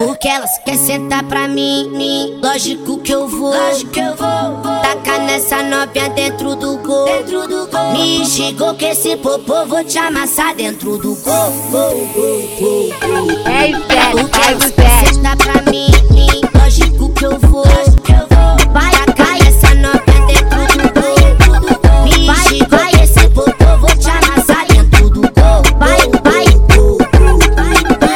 daquelas, quer sentar pra mim, mim. Lógico que eu vou, lógico que eu vou, vou. Taca nessa novinha dentro do gol, dentro do gol. Me chegou que esse popô vou te amassar dentro do gol. gol, gol, gol, gol. É esperto, Eu é quero esperto. sentar pra mim, mim. Lógico que eu vou, lógico que eu vou. Vai, Taca nessa novinha dentro do gol, dentro do gol. Me Vai, chegou vai. que esse popô vou te amassar dentro do gol. Vai, vai. gol, gol, gol, gol.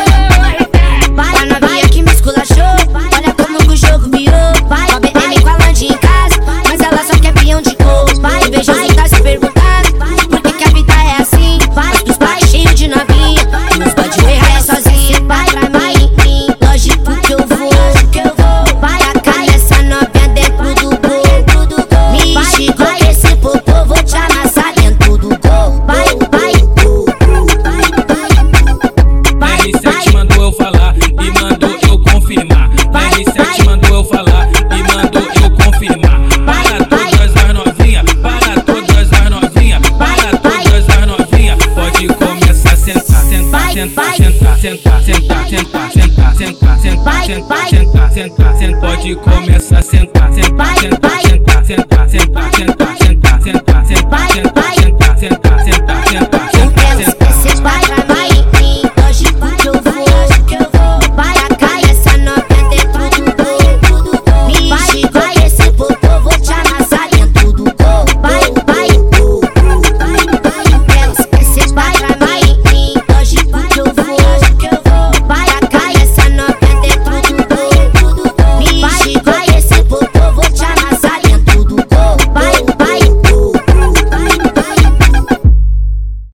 Vai, A vai, novinha que me esculachou Olha como que o jogo virou Vai, Só vai. BM com a Landy em casa Mas ela só quer peão de cor Vai, Eu vejo vai. os tá se perguntando Por que que a vida é assim? Vai, Os pais cheios de novinha E os bode ferrada é sozinha Vai, pra vai. mim Lógico que eu vou Lógico que eu vou, vai, Tacar essa novinha dentro do gol dentro do gol. Me Vai, xingou vai. que esse popô Vou te amassar dentro do gol Vai, vai. Gol, gol, gol, gol. vai, R7 vai. mandou eu falar e mandou eu confirmar. Vai, vai. R7 mandou eu falar e mandou eu confirmar. Vai, Para vai. todas as novinhas, para todas as novinhas, para vai. todas as novinhas. Pode começar a sentar, sentar, Vai, sentar, vai. sentar, sentar, sentar, sentar, sentar, sentar, sentar, Vai, sentar, vai. sentar, sentar, sentar. Pode começar a sentar, sentar, Vai, sentar, vai. sentar, sentar, sentar, sentar, é é